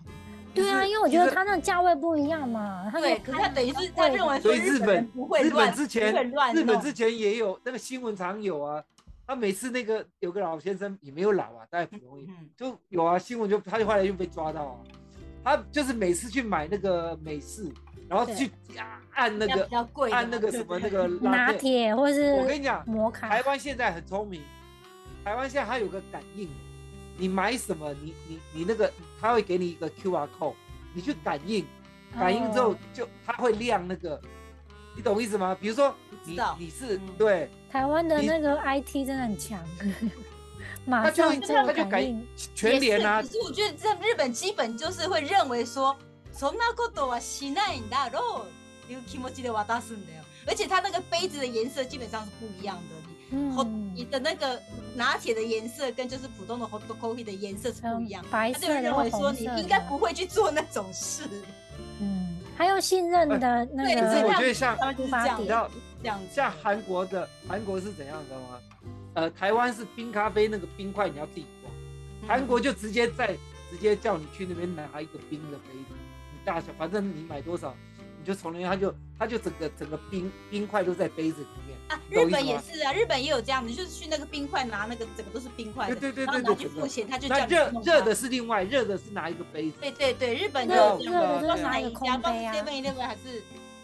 Speaker 2: 对啊，
Speaker 1: 就是
Speaker 2: 因为我觉得
Speaker 1: 就是
Speaker 2: 它那个价位不一样嘛，它那
Speaker 3: 对，
Speaker 2: 个
Speaker 3: 可是他等于是他认为说
Speaker 1: 所以日
Speaker 3: 本人
Speaker 1: 本
Speaker 3: 不会
Speaker 1: 日
Speaker 3: 乱，
Speaker 1: 本之
Speaker 3: 不会
Speaker 1: 前
Speaker 3: 乱
Speaker 1: 日本
Speaker 3: 弄
Speaker 1: 之前也有那个新闻常有啊，他每次那个有个老先生也没有老啊，但也不容易，
Speaker 3: 嗯，
Speaker 1: 就有啊新闻就他就后来就被抓到啊，他就是每次去买那个美式，然后
Speaker 2: 对
Speaker 1: 去啊按那
Speaker 3: 人家
Speaker 1: 个
Speaker 3: 比较贵的嘛，
Speaker 1: 按那个什么那
Speaker 3: 对不对
Speaker 1: 个拉
Speaker 2: 拿
Speaker 1: 面，
Speaker 2: 铁或
Speaker 1: 我跟
Speaker 2: 是
Speaker 1: 你讲，
Speaker 2: 摩卡
Speaker 1: 台，湾现在很聪明，台湾现在它有个感应，你买什么，你你你那个，它会给你一个 QR code，你去感应，感应之后
Speaker 2: 哦
Speaker 1: 就它会亮那个，你懂意思吗？比如说
Speaker 3: 知
Speaker 1: 你
Speaker 3: 道
Speaker 1: 你是
Speaker 3: 嗯
Speaker 1: 对，
Speaker 2: 台湾的
Speaker 1: 你
Speaker 2: 那个 IT 真的很强， 马啊
Speaker 1: 它就
Speaker 2: 上就有
Speaker 1: 它就感
Speaker 2: 应
Speaker 1: 应，全
Speaker 3: 也
Speaker 1: 联
Speaker 3: 是
Speaker 1: 啊
Speaker 3: 可，是我觉得在日本基本就是会认为说，そんなことはしないんだろう。いう気持ちで渡すんだよ。而且它那个杯子的颜色基本上是不一样的，你后
Speaker 2: 嗯
Speaker 3: 你，的那个拿铁的颜色跟就是普通的 hot coffee 的颜色是不
Speaker 2: 嗯
Speaker 3: 一样。
Speaker 2: 白
Speaker 3: 他就
Speaker 2: 色的
Speaker 3: 会认
Speaker 2: 或
Speaker 3: 为说
Speaker 2: 红
Speaker 3: 你
Speaker 2: 色的，
Speaker 3: 应该不会去做那种事，
Speaker 2: 嗯，还有信任的那
Speaker 3: 哎对
Speaker 1: 可是
Speaker 3: 这
Speaker 1: 我
Speaker 3: 样
Speaker 1: 觉
Speaker 2: 个
Speaker 1: 得像
Speaker 3: 他们就是这
Speaker 2: 发
Speaker 3: 样
Speaker 2: 点
Speaker 1: 你知道
Speaker 3: 这样子
Speaker 1: 像韩国的韩国是怎样的吗？呃，台湾是冰咖啡那个冰块你要自己挖。
Speaker 3: 嗯
Speaker 1: 韩国就直接在直接叫你去那边拿一个冰的杯子，你大小反正你买多少，你就从那边他就他就整个整个冰冰块都在杯子里面。
Speaker 3: 啊，
Speaker 1: 懂意
Speaker 3: 日
Speaker 1: 思
Speaker 3: 本也
Speaker 1: 吗
Speaker 3: 是啊，日本也有这样子，就是去那个冰块拿那个整个都是冰块的，
Speaker 1: 对对对
Speaker 3: 然后
Speaker 1: 对
Speaker 3: 拿
Speaker 1: 对
Speaker 3: 去
Speaker 1: 对
Speaker 3: 付钱，他就叫
Speaker 1: 那
Speaker 3: 你
Speaker 1: 热
Speaker 3: 弄
Speaker 1: 热
Speaker 3: 它
Speaker 1: 的是另外，热的是拿一个杯子。
Speaker 3: 对对对，日本就
Speaker 1: 热
Speaker 3: 有这
Speaker 1: 热
Speaker 3: 样
Speaker 1: 的就
Speaker 3: 子，不
Speaker 1: 是
Speaker 3: 是
Speaker 1: 拿
Speaker 3: 哪
Speaker 2: 一个
Speaker 3: 一家，
Speaker 2: 空
Speaker 3: 不知道
Speaker 2: 杯
Speaker 3: 是
Speaker 2: 啊
Speaker 3: Seven Eleven 还是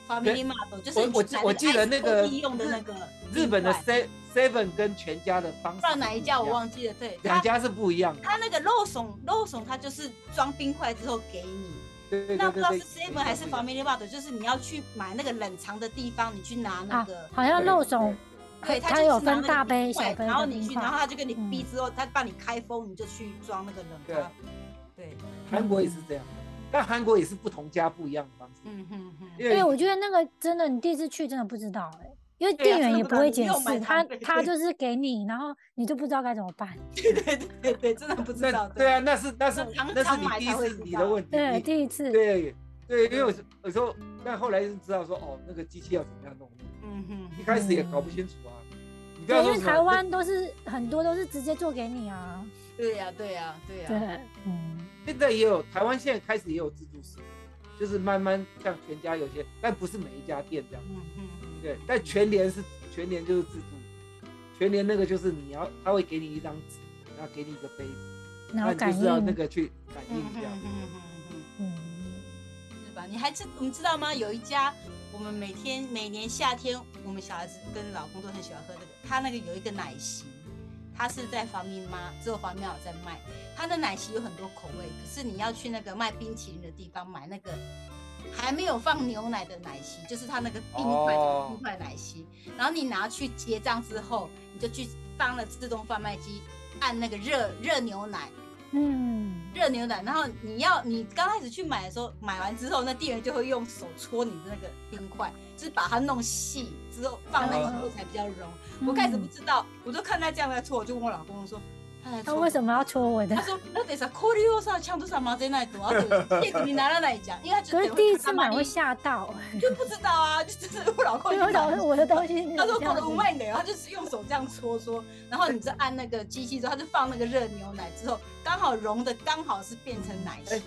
Speaker 3: Family Mart，就是
Speaker 1: 我我记我记得那个
Speaker 3: 利用的那个
Speaker 1: 日本的
Speaker 3: 冰块
Speaker 1: Se- Seven 跟全家的方式
Speaker 3: 不知道哪一家我
Speaker 1: 了，
Speaker 3: 忘记了，对，
Speaker 1: 两
Speaker 3: 他
Speaker 1: 家是不一样的。
Speaker 3: 他那个肉松肉松，它就是装冰块之后给你，
Speaker 1: 对对对
Speaker 3: 那不
Speaker 1: 对
Speaker 3: 知道
Speaker 1: 对
Speaker 3: 是 Seven 还是 Family Mart，就是你要去买那个冷藏的地方，你去拿那
Speaker 2: 啊
Speaker 3: 个，。
Speaker 2: 好像肉松，
Speaker 3: 对，
Speaker 2: 它
Speaker 3: 他就是
Speaker 2: 有
Speaker 3: 拿那
Speaker 2: 分
Speaker 3: 个
Speaker 2: 大
Speaker 3: 冰
Speaker 2: 杯、小
Speaker 3: 块
Speaker 2: 杯的
Speaker 3: 然后你
Speaker 2: 冰
Speaker 3: 去，
Speaker 2: 块
Speaker 3: 然后他就跟你
Speaker 2: 嗯
Speaker 3: 逼之后，他帮你开封，你就去装那个冷
Speaker 1: 对
Speaker 3: 咖。对，
Speaker 1: 韩国也是这样。但韩国也是不同家不一样的方式，
Speaker 3: 嗯哼哼，
Speaker 1: 因
Speaker 2: 对，
Speaker 1: 为
Speaker 2: 我觉得那个真的，你第一次去真的不知道哎、因为
Speaker 3: 对
Speaker 2: 店
Speaker 3: 啊真
Speaker 2: 员
Speaker 3: 的
Speaker 2: 也
Speaker 3: 不
Speaker 2: 不
Speaker 3: 知道
Speaker 2: 会
Speaker 3: 你没
Speaker 2: 解
Speaker 3: 有买
Speaker 2: 释，
Speaker 3: 到
Speaker 2: 他
Speaker 3: 对
Speaker 2: 他
Speaker 3: 对
Speaker 2: 就是给你，然后你就不知道该怎么办。
Speaker 3: 对对对对，真的不知
Speaker 1: 那。
Speaker 3: 道
Speaker 1: 对啊，那是那是
Speaker 3: 那常
Speaker 1: 那是
Speaker 3: 常
Speaker 1: 你
Speaker 3: 买
Speaker 1: 第一
Speaker 3: 才会
Speaker 1: 次
Speaker 3: 知
Speaker 1: 你
Speaker 3: 道
Speaker 1: 的问题，
Speaker 2: 对，
Speaker 1: 你
Speaker 2: 第一次，
Speaker 1: 对对，因为我是有时候，但后来就知道说哦，那个机器要怎么样弄，
Speaker 3: 嗯哼
Speaker 1: 一
Speaker 3: 哼，
Speaker 1: 开始也搞不清楚啊。你不要说
Speaker 2: 对，因为
Speaker 1: 什么
Speaker 2: 台湾都是很多都是直接做给你啊。
Speaker 3: 对呀对呀对啊
Speaker 2: 对
Speaker 3: 呀，，
Speaker 2: 嗯，
Speaker 1: 现在也有台湾现在开始也有自助式，就是慢慢像全家有些，但不是每一家店这样。
Speaker 3: 嗯哼哼，
Speaker 1: 对，但全联是全联就是自助，全联那个就是你要他会给你一张纸，然后给你一个杯子，
Speaker 2: 然
Speaker 1: 那
Speaker 2: 后
Speaker 1: 你就
Speaker 2: 感
Speaker 1: 是要
Speaker 2: 应，
Speaker 1: 那个去感
Speaker 3: 嗯
Speaker 1: 应
Speaker 3: 哼
Speaker 1: 这样
Speaker 3: 哼。哼哼哼。
Speaker 2: 嗯，
Speaker 3: 是吧？你还知你知道吗？有一家，我们每天每年夏天，我们小孩子跟老公都很喜欢喝那个，他那个有一个奶昔，他是在房明妈，只有房明妈有在卖。他的奶昔有很多口味，可是你要去那个卖冰淇淋的地方买那个还没有放牛奶的奶昔，就是他那个冰块
Speaker 1: 哦
Speaker 3: 冰块奶昔，然后你拿去结账之后，你就去放了自动贩卖机按那个热热牛奶。
Speaker 2: 嗯，
Speaker 3: 热牛奶，然后你要你刚开始去买的时候，买完之后，那店员就会用手搓你的那个冰块，就是把它弄细之后放在一起
Speaker 1: 哦
Speaker 3: 后才比较融。
Speaker 2: 嗯
Speaker 3: 我开始不知道，我就看他这样在搓，我就问我老公说，他在
Speaker 2: 他
Speaker 3: 搓
Speaker 2: 为什么要戳我 的
Speaker 3: 他？说那得啥，考虑我上啊枪都上麻在那啊多，然后叶子你拿到那一家，啊因为他觉
Speaker 2: 可
Speaker 3: 得
Speaker 2: 是第一次买会吓到，
Speaker 3: 就不知道啊，就是我老公
Speaker 2: 因为我想说我的东西是
Speaker 3: 他说
Speaker 2: 这
Speaker 3: 可
Speaker 2: 样
Speaker 3: 能
Speaker 2: 子
Speaker 3: 五万的，他就是用手这样搓搓，然后你再按那个机器之后，他就放那个热牛奶之后，刚好融的刚好是变成奶昔
Speaker 1: 哎。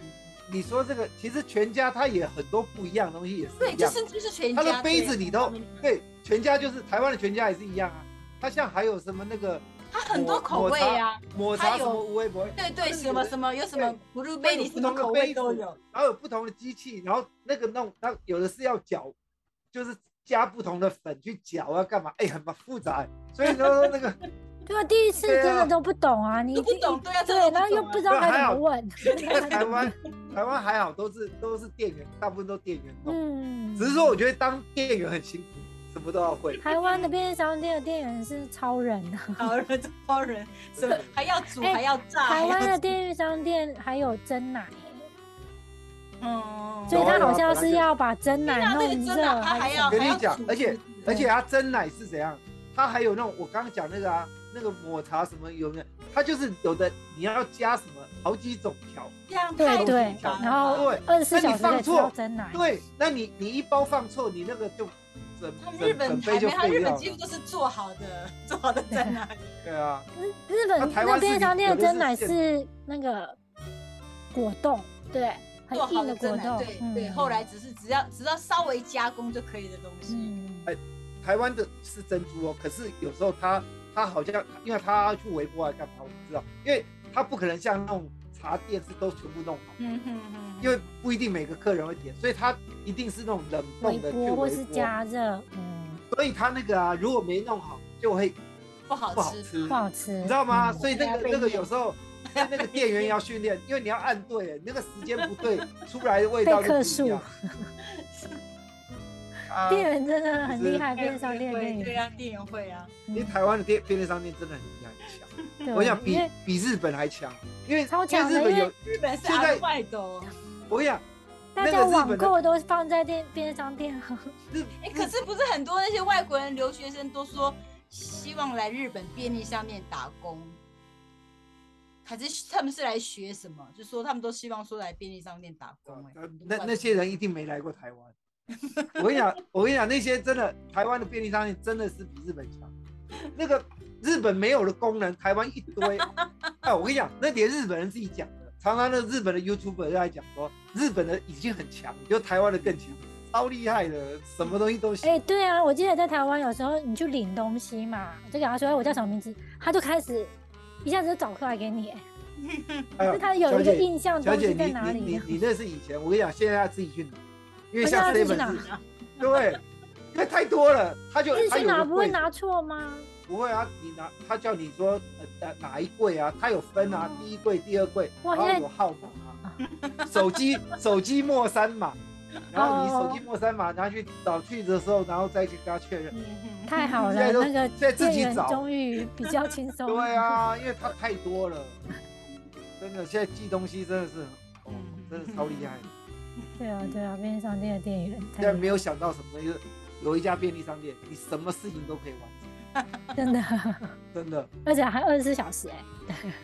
Speaker 1: 你说这个，其实全家它也很多不一样的东西，也是
Speaker 3: 对，
Speaker 1: 一
Speaker 3: 就
Speaker 1: 样。
Speaker 3: 是就是全
Speaker 1: 它
Speaker 3: 家。
Speaker 1: 的杯子里头
Speaker 3: 对，
Speaker 1: 对，全家就是台湾的全家也是一样啊。它像还有什么那个
Speaker 3: 它很多口味啊，
Speaker 1: 抹
Speaker 3: 它
Speaker 1: 茶
Speaker 3: 有
Speaker 1: 什么无微博，
Speaker 3: 对对，
Speaker 1: 它是
Speaker 3: 什么什么有什么葫芦贝
Speaker 1: 它有
Speaker 3: 里
Speaker 1: 不
Speaker 3: 什么
Speaker 1: 同的
Speaker 3: 口味
Speaker 1: 杯
Speaker 3: 都
Speaker 1: 子
Speaker 3: 有。
Speaker 1: 然后有不同的机器，然后那个弄，那有的是要搅，就是加不同的粉去搅啊，干嘛？哎，很麻复杂。所以说那 个
Speaker 2: 对啊，第一次
Speaker 1: 对啊
Speaker 2: 真的都不懂啊，你
Speaker 3: 都不
Speaker 2: 一
Speaker 3: 懂对啊真的
Speaker 2: 对，
Speaker 3: 不
Speaker 2: 然后又
Speaker 3: 懂啊
Speaker 2: 不知道
Speaker 1: 那
Speaker 2: 该
Speaker 1: 还
Speaker 2: 怎么
Speaker 1: 好
Speaker 2: 问，
Speaker 1: 在台湾， 台湾还好，都是都是店员，大部分都店员弄。
Speaker 2: 嗯，
Speaker 1: 只是说，我觉得当店员很辛苦，什么都要
Speaker 3: 嗯
Speaker 1: 会。
Speaker 2: 台湾的便利商店的店员是超人啊，
Speaker 3: 好人超人， 什么还要煮
Speaker 2: 哎
Speaker 3: 还要炸，还
Speaker 2: 台
Speaker 3: 要
Speaker 2: 湾的便利商店还有蒸奶欸，
Speaker 3: 嗯，啊
Speaker 2: 所以
Speaker 1: 有啊
Speaker 2: 他
Speaker 1: 有啊
Speaker 2: 好像
Speaker 1: 本来
Speaker 2: 是
Speaker 1: 就
Speaker 2: 要把蒸奶
Speaker 3: 那个
Speaker 2: 弄
Speaker 3: 真
Speaker 2: 热，
Speaker 3: 的他还要
Speaker 1: 我跟
Speaker 3: 还
Speaker 1: 你
Speaker 3: 要
Speaker 1: 讲
Speaker 3: 煮，
Speaker 1: 而且而且
Speaker 3: 对
Speaker 1: 它蒸奶是怎样？它还有那种我刚刚讲那个啊，那个抹茶什么有没有？它就是有的你要加什么好几种调。
Speaker 3: 这样
Speaker 2: 对
Speaker 3: 太
Speaker 2: 对
Speaker 3: 复杂了
Speaker 2: 然后
Speaker 1: 对
Speaker 2: 二十四
Speaker 1: 那你
Speaker 2: 小时
Speaker 1: 放
Speaker 2: 内吃
Speaker 1: 错
Speaker 2: 到蒸奶，
Speaker 1: 对，那你你一包放错，你那个就整
Speaker 3: 他们日
Speaker 1: 整整
Speaker 3: 本
Speaker 1: 杯
Speaker 3: 还
Speaker 1: 就
Speaker 3: 没，他
Speaker 1: 废
Speaker 3: 日
Speaker 1: 掉
Speaker 3: 本
Speaker 1: 了
Speaker 3: 几。乎都是做好的，做好的在那里。
Speaker 1: 对啊，
Speaker 2: 日日
Speaker 1: 那
Speaker 2: 本
Speaker 1: 台湾是
Speaker 2: 那便利商店的
Speaker 1: 有的是
Speaker 2: 蒸奶
Speaker 1: 现
Speaker 2: 是那个果冻，对，很
Speaker 3: 做好
Speaker 2: 硬
Speaker 3: 的
Speaker 2: 果
Speaker 3: 真的，
Speaker 2: 冻，
Speaker 3: 对
Speaker 2: 嗯
Speaker 3: 对，后来只是只要只要稍微加工就可以的东西。
Speaker 2: 嗯
Speaker 1: 哎台湾的是珍珠哦，可是有时候它它好像因为它要去微波啊干嘛，我不知道，因为它不可能像那种茶店是都全部弄好，
Speaker 3: 嗯哼哼
Speaker 1: 因为不一定每个客人会点，所以它一定是那种冷
Speaker 2: 微
Speaker 1: 冻的去
Speaker 2: 波
Speaker 1: 微
Speaker 2: 或
Speaker 1: 波，
Speaker 2: 是加热，嗯，
Speaker 1: 所以它那个啊如果没弄好就会
Speaker 3: 不好
Speaker 1: 不好
Speaker 3: 吃，
Speaker 1: 吃
Speaker 2: 不。好吃，
Speaker 1: 你知道吗？啊
Speaker 2: 嗯
Speaker 1: 所以那
Speaker 3: 还要
Speaker 1: 个
Speaker 3: 被
Speaker 1: 那个
Speaker 3: 念
Speaker 1: 有时候那个店员也要训练，因 为你要按对，那个时间不对，出来的味
Speaker 2: 被
Speaker 1: 道就
Speaker 2: 克
Speaker 1: 不一
Speaker 2: 数
Speaker 1: 样。啊，
Speaker 2: 店员真的很
Speaker 1: 就是
Speaker 2: 厉害，便利商店
Speaker 3: 对
Speaker 2: 店
Speaker 3: 对
Speaker 2: 员，嗯
Speaker 3: 啊，店员会啊，
Speaker 1: 因为台湾的店便利商店真的很厉害，很强。
Speaker 2: 对
Speaker 1: 我想
Speaker 2: 因
Speaker 1: 比
Speaker 2: 为
Speaker 1: 比日本还强，因为
Speaker 2: 超
Speaker 1: 因为
Speaker 2: 强的
Speaker 1: 日本
Speaker 2: 因为
Speaker 1: 有，
Speaker 3: 日本是
Speaker 1: 现在
Speaker 3: 阿外的哦。
Speaker 1: 我想
Speaker 2: 大
Speaker 1: 那
Speaker 2: 家
Speaker 1: 个日
Speaker 2: 网
Speaker 1: 本的
Speaker 2: 购都放在店便利商店喝，
Speaker 1: 日
Speaker 3: 哎，可是不是很多那些外国人留学生都说希望来日本便利商店打工，还是他们是来学什么？就说他们都希望说来便利商店打
Speaker 2: 哦
Speaker 3: 工。哎，
Speaker 1: 呃那那些人一定没来过台湾。 我跟你讲，我跟你讲，那些真的台湾的便利商店真的是比日本强。那个日本没有的功能，台湾一堆。 哎，我跟你讲，那连日本人自己讲的，常常那日本的 YouTuber 在讲说，日本的已经很强，就台湾的更强，超厉害的，什么东西都行。
Speaker 2: 哎，对啊，我记得在台湾有时候你去领东西嘛，就给他说哎我叫什么名字，他就开始一下子就找出来给你，哎
Speaker 1: 哎
Speaker 2: 就
Speaker 1: 呦
Speaker 2: 他有
Speaker 1: 小
Speaker 2: 一个
Speaker 1: 姐
Speaker 2: 印象
Speaker 1: 小
Speaker 2: 东
Speaker 1: 姐，
Speaker 2: 西
Speaker 1: 你
Speaker 2: 在哪
Speaker 1: 你
Speaker 2: 里
Speaker 1: 你。你那是以前，我跟你讲，现在要自己去拿，因为
Speaker 2: 好
Speaker 1: 像
Speaker 2: 像要自己
Speaker 1: Seven 是，对，因为太多了，他就
Speaker 2: 自
Speaker 1: 他
Speaker 2: 己去
Speaker 1: 有的
Speaker 2: 拿不会
Speaker 1: 柜
Speaker 2: 拿错吗？
Speaker 1: 不会啊，你拿他叫你说呃哪哪一柜啊，他有分啊，第一柜、第二柜，
Speaker 2: 哦哇
Speaker 1: 然后
Speaker 2: 现在哦
Speaker 1: 有号码啊，手机 手机末三码，然后你手机末三码拿去找去的时候，然后再去跟他确
Speaker 2: 嗯
Speaker 1: 认。
Speaker 2: 太 好
Speaker 1: 现
Speaker 2: 了，
Speaker 1: 在都
Speaker 2: 那个
Speaker 1: 现在自己
Speaker 2: 店员
Speaker 1: 找
Speaker 2: 终于比较轻 松。
Speaker 1: 对，啊，因为他
Speaker 2: 嗯
Speaker 1: 太多了，真的现在寄东西真的是，哦，真的超厉害的。
Speaker 2: 对啊，对啊，便利商店的店员，太
Speaker 1: 但
Speaker 2: 厉
Speaker 1: 没有想到什么东西，就是有一家便利商店，你什么事情都可以完成，
Speaker 2: 害真的，
Speaker 1: 真的。
Speaker 2: 而且还二十四小时哎、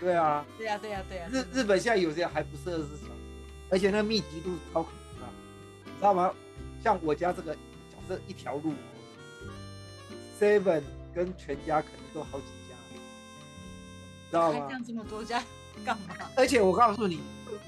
Speaker 1: 对啊，
Speaker 3: 对呀、对呀、对呀、
Speaker 1: 日日本现在有些还不是二十四小时，而且那密集度超可怕，你知道吗？像我家这个，假设一条路，seven 跟全家可能都好几家，你知道
Speaker 3: 还
Speaker 1: 吗？
Speaker 3: 啊这样这么多家干嘛？
Speaker 1: 而且我告诉你，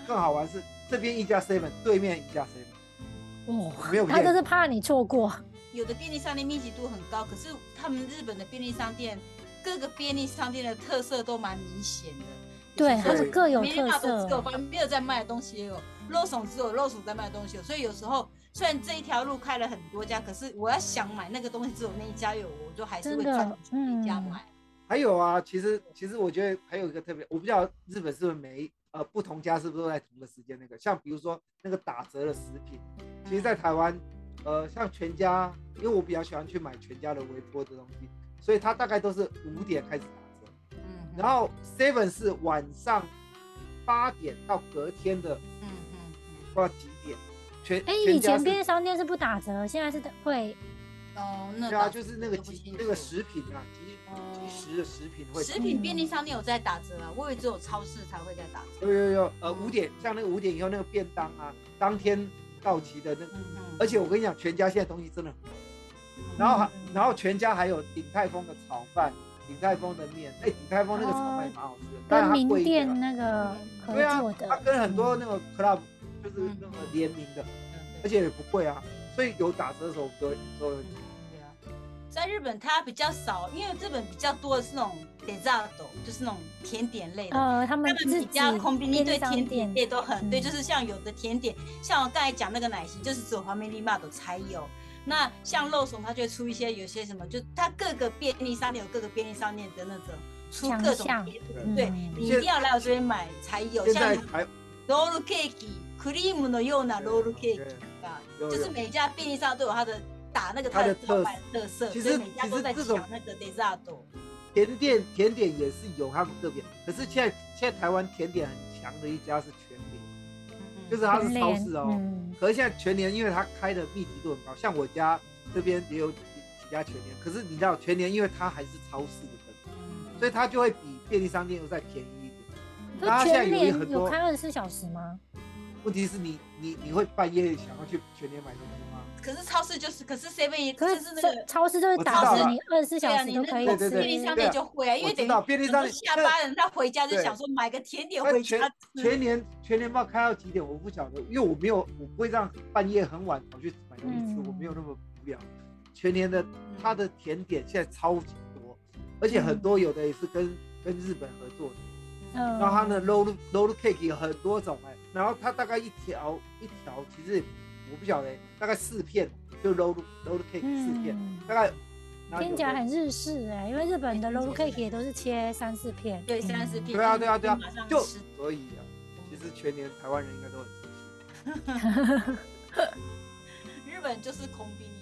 Speaker 1: 更好玩是这边一家 seven，对面一家 seven，
Speaker 2: 哦，
Speaker 1: 没有
Speaker 2: 他
Speaker 1: 骗
Speaker 2: 就
Speaker 1: 你。
Speaker 2: 是怕你错过，
Speaker 3: 有的便利商店密集度很高，可是他们日本的便利商店，各个便利商店的特色都蛮明显的。
Speaker 2: 对，
Speaker 3: 就是
Speaker 2: 他们各有
Speaker 3: 每天
Speaker 2: 特
Speaker 3: 大都只有
Speaker 2: 色，
Speaker 3: 方便在卖的东西也有，肉松只有肉松在卖的东西有，所以有时候虽然这一条路开了很多家，可是我要想买那个东西只有那一家有，我就还是会
Speaker 2: 真的
Speaker 3: 转去哦那一家买。
Speaker 1: 还有啊，其实其实我觉得还有一个特别，我不知道日本是不是每呃不同家是不是都在同个时间那个，像比如说那个打折的食品，其实，在台湾，呃，像全家，因为我比较喜欢去买全家的微波的东西，所以它大概都是五点开始打折，
Speaker 3: 嗯，
Speaker 1: 然后 Seven 是晚上八点到隔天的
Speaker 3: 嗯嗯嗯，
Speaker 1: 不知道几点，全
Speaker 2: 哎、
Speaker 1: 全
Speaker 2: 以
Speaker 1: 家
Speaker 2: 前
Speaker 1: 是
Speaker 2: 便利商店是不打折，现在是会
Speaker 3: 哦，那
Speaker 1: 对
Speaker 3: 倒
Speaker 1: 啊，就是那个
Speaker 3: 我不
Speaker 1: 即
Speaker 3: 清楚
Speaker 1: 那个食品啊，即即
Speaker 3: 哦
Speaker 1: 食的食品会
Speaker 3: 食品便利商店有在打折啊，我以为只有超市才会在打折。
Speaker 1: 有有有，呃，五点像那个五点以后那个便当啊，当天到期的那个，
Speaker 3: 嗯嗯，
Speaker 1: 而且我跟你讲，全家现在东西真的很贵，然后还
Speaker 2: 嗯
Speaker 1: 然后全家还有鼎泰丰的炒饭、鼎泰丰的面，哎，鼎泰丰那个炒饭也蛮好吃的，但
Speaker 2: 哦跟
Speaker 1: 是它
Speaker 2: 名
Speaker 1: 贵一点
Speaker 2: 店
Speaker 1: 啊。
Speaker 2: 那个合
Speaker 1: 对啊
Speaker 2: 作，的，
Speaker 1: 它跟很多那个 club 就是
Speaker 3: 嗯
Speaker 1: 那个联名的，
Speaker 3: 嗯
Speaker 1: 而且也不贵啊，所以有打折的时候我们就会就会
Speaker 3: 对啊，在日本它比较少，因为日本比较多的是那种 dessert，就是那种甜点类的。
Speaker 2: 呃，他
Speaker 3: 他
Speaker 2: 们
Speaker 3: 们
Speaker 2: 自己
Speaker 3: 比较空便利对
Speaker 2: 商
Speaker 3: 甜点类都很对，
Speaker 2: 嗯
Speaker 3: 就是像有的甜点，像我刚才讲那个奶昔，就是只有黄梅利玛朵才有。那像肉松，它就会出一些有些什么，就它各个便利商店有各个便利商店的那种出各
Speaker 2: 强
Speaker 3: 种
Speaker 2: 项
Speaker 3: 甜
Speaker 1: 对
Speaker 3: 点，对
Speaker 2: 嗯
Speaker 3: 你一定要来我这边买才有。
Speaker 1: 现
Speaker 3: 像
Speaker 1: 在
Speaker 3: 有
Speaker 1: 还
Speaker 3: roll cake、cream 的用那 roll cake 啊，
Speaker 1: 有
Speaker 3: 就是
Speaker 1: 有
Speaker 3: 每家便利商都有它的打那个
Speaker 1: 它
Speaker 3: 它
Speaker 1: 的
Speaker 3: 的
Speaker 1: 特
Speaker 3: 招牌特色，
Speaker 1: 其
Speaker 3: 所以
Speaker 1: 实
Speaker 3: 每家
Speaker 1: 其
Speaker 3: 都
Speaker 1: 实
Speaker 3: 在
Speaker 1: 这种
Speaker 3: 抢那个 dessert 嗯朵。
Speaker 1: 甜点甜点也是有他们个别，可是现在现在台湾甜点很强的一家是全联。就是它是超市哦
Speaker 2: 嗯
Speaker 1: 可是现在全年，因为它开的密集度很高，像我家这边也有几几家全年。可是你知道，全年因为它还是超市的等级，所以它就会比便利商店又再便宜一点。
Speaker 2: 可
Speaker 1: 然后
Speaker 2: 是
Speaker 1: 现在
Speaker 2: 全
Speaker 1: 有一很
Speaker 2: 联有
Speaker 1: 多，
Speaker 2: 开二十四小时吗？
Speaker 1: 问题是你你你会半夜想要去全年买东西吗？
Speaker 3: 可是超市就是，可是 seven
Speaker 2: 可
Speaker 3: 就是是那
Speaker 2: 这
Speaker 3: 个。
Speaker 2: 超市就是
Speaker 1: 我
Speaker 2: 打
Speaker 3: 知
Speaker 2: 折，
Speaker 3: 道
Speaker 2: 你二十四
Speaker 3: 对
Speaker 2: 小
Speaker 3: 啊，
Speaker 2: 时
Speaker 3: 你
Speaker 2: 都
Speaker 3: 那
Speaker 2: 可以
Speaker 3: 个
Speaker 1: 对
Speaker 2: 吃。
Speaker 1: 对
Speaker 3: 便利商
Speaker 1: 对
Speaker 3: 店
Speaker 1: 啊
Speaker 3: 就会啊，因
Speaker 1: 我
Speaker 3: 为
Speaker 1: 知
Speaker 3: 等于
Speaker 1: 道便利商
Speaker 3: 等
Speaker 1: 店
Speaker 3: 于下班了，他回家就想说买个甜点回家吃。
Speaker 1: 全年全年不知道开到几点，我不晓得，因为我没有我不会让半夜很晚跑去买东西吃，
Speaker 2: 嗯
Speaker 1: 我没有那么无聊。全年的它的甜点现在超级多，而且很多有的也是跟跟日本合作的。
Speaker 2: 嗯，
Speaker 1: 然后它的 roll roll cake 有很多种哎、然后它大概一条一条，其实我不晓得、大概四片就 roll roll cake 四片，
Speaker 2: 嗯
Speaker 1: 大概。然后有
Speaker 2: 听
Speaker 1: 的
Speaker 2: 起来很日式哎，因为日本的 roll cake 也都是切三四片，
Speaker 3: 对，
Speaker 2: 嗯
Speaker 3: 三十片。
Speaker 1: 对啊对啊对啊
Speaker 3: 马上
Speaker 1: 就
Speaker 3: 吃
Speaker 1: 所以啊，其实全年台湾人应该都很熟悉。
Speaker 3: 日本就是空冰啊